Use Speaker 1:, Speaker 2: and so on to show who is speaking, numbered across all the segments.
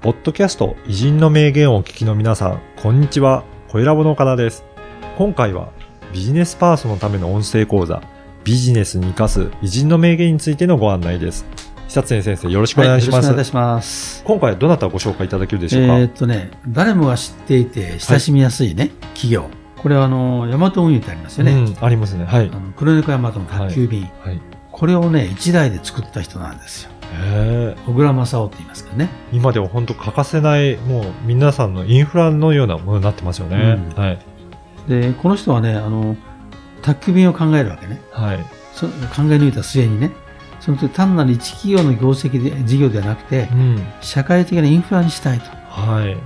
Speaker 1: ポッドキャスト偉人の名言をお聞きの皆さん、こんにちは。小ラボの岡田です。今回はビジネスパーソンのための音声講座、ビジネスに生かす偉人の名言についてのご案内です。久常先生、よろしくお願いします。
Speaker 2: はいよろしくお願いいたします。
Speaker 1: 今回はどなたをご紹介いただけるで
Speaker 2: え
Speaker 1: しょうか、
Speaker 2: ーっとね、誰もが知っていて親しみやすいね、企業。これはあの、ヤマト運輸ってありますよね。
Speaker 1: うん、ありますね。はい
Speaker 2: あ。の黒猫ヤマトの宅急便、
Speaker 1: はい。
Speaker 2: これをね、一台で作った人なんですよ。
Speaker 1: へー
Speaker 2: 小倉正夫って言いますけどね。
Speaker 1: 今では本当欠かせない、もう皆さんのインフラのようなものになってますよね。
Speaker 2: うん
Speaker 1: はい。
Speaker 2: で、この人はね、あの、宅急便を考えるわけね。
Speaker 1: はい。
Speaker 2: そ考え抜いた末にね、その時単なる一企業の業績で、事業ではなくて
Speaker 1: う、ん。
Speaker 2: 社会的なインフラにしたい
Speaker 1: はい。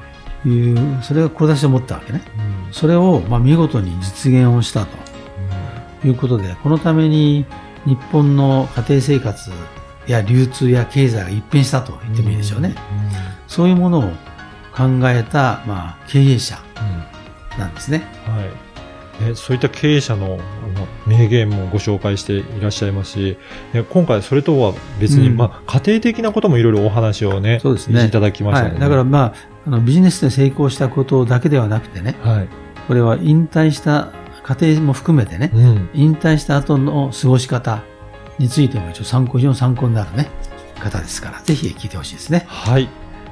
Speaker 2: という、それが志を持ったわけね。
Speaker 1: うん
Speaker 2: それを、まあ、見事に実現をしたと。ということで、このために日本の家庭生活や流通や経済が一変したと言ってもいいでしょうね。そういうものを考えた、まあ、経営者
Speaker 1: うん。うん
Speaker 2: なんですね。
Speaker 1: はい、えそういった経営者のあの名言もご紹介していらっしゃいますし、え今回それとは別に、
Speaker 2: うん
Speaker 1: まあ、家庭的なこともいろいろお話をね、
Speaker 2: そうですね
Speaker 1: いただきました
Speaker 2: は
Speaker 1: ので
Speaker 2: い。だから、まあ、あのビジネスで成功したことだけではなくてね、
Speaker 1: はい、
Speaker 2: これは引退した家庭も含めてね
Speaker 1: う、ん、
Speaker 2: 引退した後の過ごし方についても一応参考、非常に参考になるね、方ですから、ぜひ聞いてほしいですね。
Speaker 1: はい、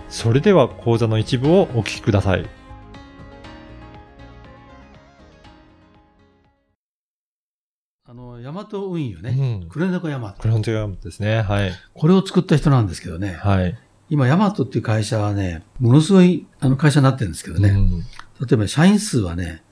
Speaker 1: それでは講座の一部をお聞きください。
Speaker 2: あの、ヤマト運輸
Speaker 1: う
Speaker 2: ね、
Speaker 1: ん、
Speaker 2: 黒猫ヤマト。
Speaker 1: クラウントガムですね、はい、
Speaker 2: これを作った人なんですけどね、
Speaker 1: はい、
Speaker 2: 今、ヤマトっていう会社はね、ものすごいあの会社になってるんですけどね、
Speaker 1: うん
Speaker 2: 例えば社員数はね、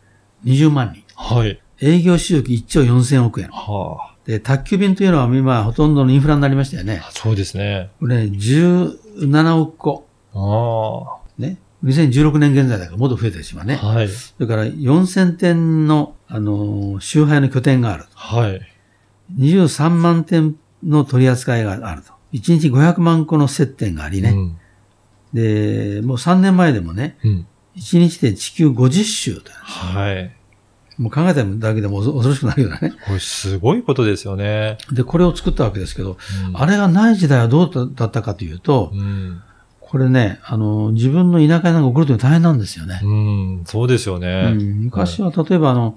Speaker 2: 20万人。
Speaker 1: はい、
Speaker 2: 営業収益1兆4000億円。
Speaker 1: は
Speaker 2: で、宅急便というのは今ほとんどのインフラになりましたよね。
Speaker 1: あ、そうですね、
Speaker 2: これね、17億個。
Speaker 1: ああ、
Speaker 2: ね。2016年現在だからもっと増えてしまうね。
Speaker 1: はい、
Speaker 2: それから4000店の、あのー集配の拠点がある。
Speaker 1: はい、
Speaker 2: 23万店の取り扱いがあると。1日500万個の接点があり
Speaker 1: う
Speaker 2: ね。
Speaker 1: ん、
Speaker 2: で、もう3年前でもね、
Speaker 1: うん、
Speaker 2: 1日で地球50周という
Speaker 1: はい、
Speaker 2: もう考えただけでも恐恐ろしくなるようなね。
Speaker 1: これすごいことですよね。
Speaker 2: で、これを作ったわけですけど、
Speaker 1: うん
Speaker 2: あれがない時代はどうだったかというと
Speaker 1: う、ん
Speaker 2: これね、あの、自分の田舎になんか送るというの大変なんですよね。
Speaker 1: うん、そうですよね。
Speaker 2: うん昔は例えばあの、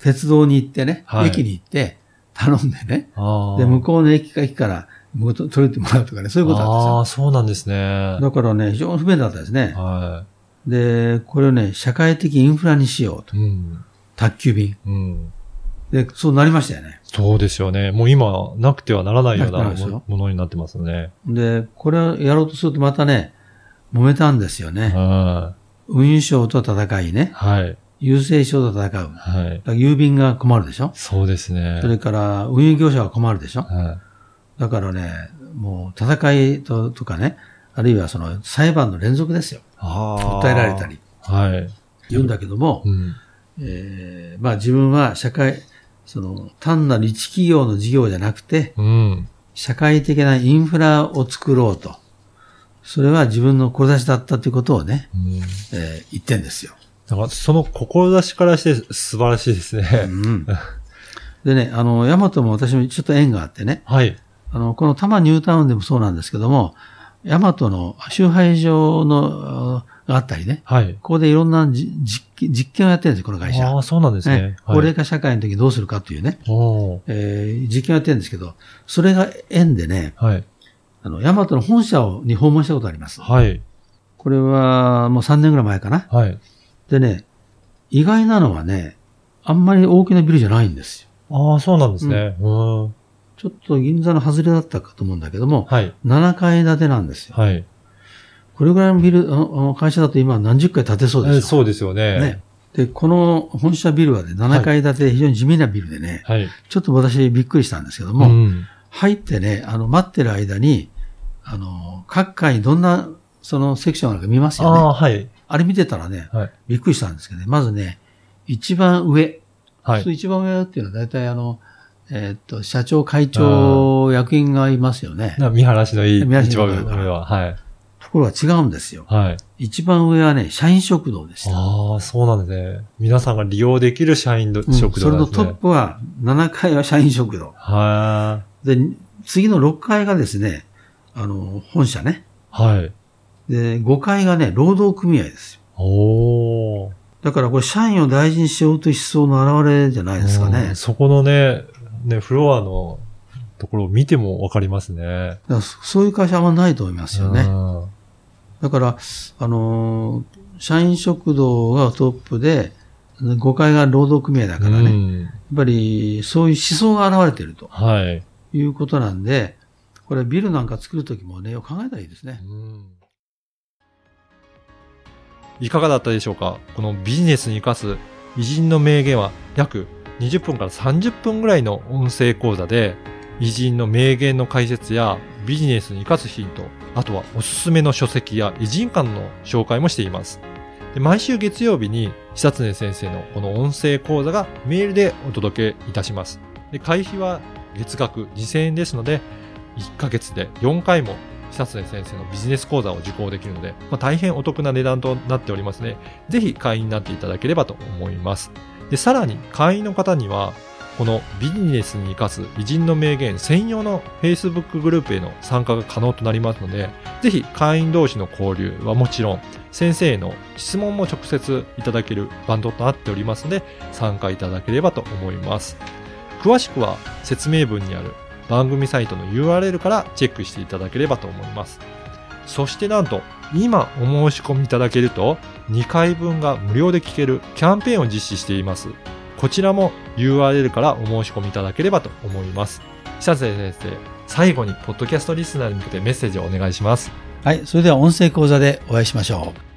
Speaker 2: 鉄道に行ってね、
Speaker 1: はい
Speaker 2: 駅に行って、頼んでね、
Speaker 1: ああ
Speaker 2: で、向こうの駅か駅から、向こう取れてもらうとかね、そういうこと
Speaker 1: あ
Speaker 2: なん
Speaker 1: あ、そうなんですね
Speaker 2: です。よ。だからね、非常に不便だったですね。
Speaker 1: は
Speaker 2: で、これをね、社会的インフラにしようと。
Speaker 1: い。うん。
Speaker 2: 宅急便。
Speaker 1: うん。
Speaker 2: で、そうなりましたよね。
Speaker 1: そうですよね。もう今、なくてはならないような
Speaker 2: なくてはならないです
Speaker 1: も
Speaker 2: よ
Speaker 1: ものになってますよね。
Speaker 2: で、これをやろうとするとまたね、揉めたんですよね。
Speaker 1: は
Speaker 2: 運輸省と戦い
Speaker 1: い。
Speaker 2: ね。
Speaker 1: はい。
Speaker 2: 郵政省と戦う。だか
Speaker 1: はい。
Speaker 2: ら郵便が困るでしょ。
Speaker 1: そうですね
Speaker 2: そ。れから運輸業者は困るでしょ。
Speaker 1: は
Speaker 2: だからね、もう戦いととかね、あるいはその裁判の連続ですよ
Speaker 1: い。。ああ。
Speaker 2: 訴えられた。り
Speaker 1: はい。
Speaker 2: 言うんだけども、
Speaker 1: うん。
Speaker 2: えーまあ自分は社会、その単なる一企業の事業じゃなくて、
Speaker 1: うん。
Speaker 2: 社会的なインフラを作ろうと。それは自分の志だったということをね、
Speaker 1: うん。
Speaker 2: えー言ってんですよ。
Speaker 1: なんか、その志からして素晴らしいです
Speaker 2: う
Speaker 1: ね。
Speaker 2: ん、でね、あの、ヤマトも私もちょっと縁があってね、
Speaker 1: はい。
Speaker 2: あの、この多摩ニュータウンでもそうなんですけども、ヤマトの集配所の、あがあったりね、
Speaker 1: はい。
Speaker 2: ここでいろんなじ実実験をやってるんですよ、この会社。
Speaker 1: ああ、そうなんです
Speaker 2: ね
Speaker 1: ね。
Speaker 2: 高
Speaker 1: はい
Speaker 2: 齢化社会の時にどうするかというね、
Speaker 1: おー
Speaker 2: えー実験をやってるんですけど、それが縁でね、
Speaker 1: はい。
Speaker 2: あの、ヤマトの本社をに訪問したことあります。
Speaker 1: はい。
Speaker 2: これはもう3年ぐらい前かな。
Speaker 1: はい。
Speaker 2: でね、意外なのはね、あんまり大きなビルじゃないんですよ。
Speaker 1: ああ、そうなんですね。うん。
Speaker 2: ちょっと銀座の外れだったかと思うんだけども、
Speaker 1: はい。
Speaker 2: 7階建てなんですよ。
Speaker 1: はい。
Speaker 2: これぐらいのビル、あのあの会社だと今何十回建てそう
Speaker 1: え
Speaker 2: で
Speaker 1: ー
Speaker 2: すよ。
Speaker 1: そうですよね。
Speaker 2: ね。で、この本社ビルはね、7階建てで非常に地味なビルでね、
Speaker 1: はい。
Speaker 2: ちょっと私びっくりしたんですけど
Speaker 1: う
Speaker 2: も、
Speaker 1: ん。
Speaker 2: 入ってね、あの、待ってる間に、あの、各階にどんな、そのセクションがあるか見ます
Speaker 1: あ
Speaker 2: よね。
Speaker 1: あ、はい。
Speaker 2: あれ見てたらね、
Speaker 1: はい。
Speaker 2: びっくりしたんですけどね、まずね、一番上。
Speaker 1: は
Speaker 2: そう
Speaker 1: い。
Speaker 2: 一番上っていうのは大体あの、えーっと、社長、会長、役員がいますよね。
Speaker 1: な見晴らしのいい
Speaker 2: 見晴らし
Speaker 1: 一
Speaker 2: の
Speaker 1: 番
Speaker 2: いい
Speaker 1: 上は。はい。
Speaker 2: ところが違うんですよ。
Speaker 1: はい。
Speaker 2: 一番上はね、社員食堂でした。
Speaker 1: ああ、そうなんですね。皆さんが利用できる社員の
Speaker 2: うん
Speaker 1: 食
Speaker 2: そ
Speaker 1: 堂
Speaker 2: れ
Speaker 1: なん
Speaker 2: の
Speaker 1: ですね。
Speaker 2: トップは、7階は社員食堂。
Speaker 1: は
Speaker 2: で、次の6階がですね、あの、本社ね。
Speaker 1: い。はい。
Speaker 2: で、5階がね、労働組合ですよ。
Speaker 1: おー。
Speaker 2: だからこれ社員を大事にしようという思想の表れじゃないですかね。
Speaker 1: うんそこのね、ね、フロアのところを見てもわかりますね。
Speaker 2: だからそそういう会社はあんまないと思いますよね。
Speaker 1: ね。
Speaker 2: だから、あのー社員食堂がトップで、5階が労働組合だからね、
Speaker 1: う
Speaker 2: やっ
Speaker 1: ん
Speaker 2: ぱりそういう思想が現れてると
Speaker 1: はい。
Speaker 2: いうことなんで、これビルなんか作るときもね、よく考えたらいいですね。
Speaker 1: いかがだったでしょうかこのビジネスに生かす偉人の名言は約20分から30分ぐらいの音声講座で偉人の名言の解説やビジネスに生かすヒント、あとはおすすめの書籍や偉人間の紹介もしています。で毎週月曜日に久常先生のこの音声講座がメールでお届けいたします。で会費は月額2000円ですので1ヶ月で4回も久常先生のビジネス講座を受講できるので、まあ、大変お得な値段となっておりますね。ぜひ会員になっていただければと思います。で、さらに会員の方には、このビジネスに生かす偉人の名言専用の Facebook グループへの参加が可能となりますので、ぜひ会員同士の交流はもちろん、先生への質問も直接いただけるバンドとなっておりますので、参加いただければと思います。詳しくは説明文にある番組サイトの URL からチェックしていただければと思います。そしてなんと、今お申し込みいただけると、2回分が無料で聞けるキャンペーンを実施しています。こちらも URL からお申し込みいただければと思います。久瀬先生、最後にポッドキャストリスナーに向けてメッセージをお願いします。
Speaker 2: はい、それでは音声講座でお会いしましょう。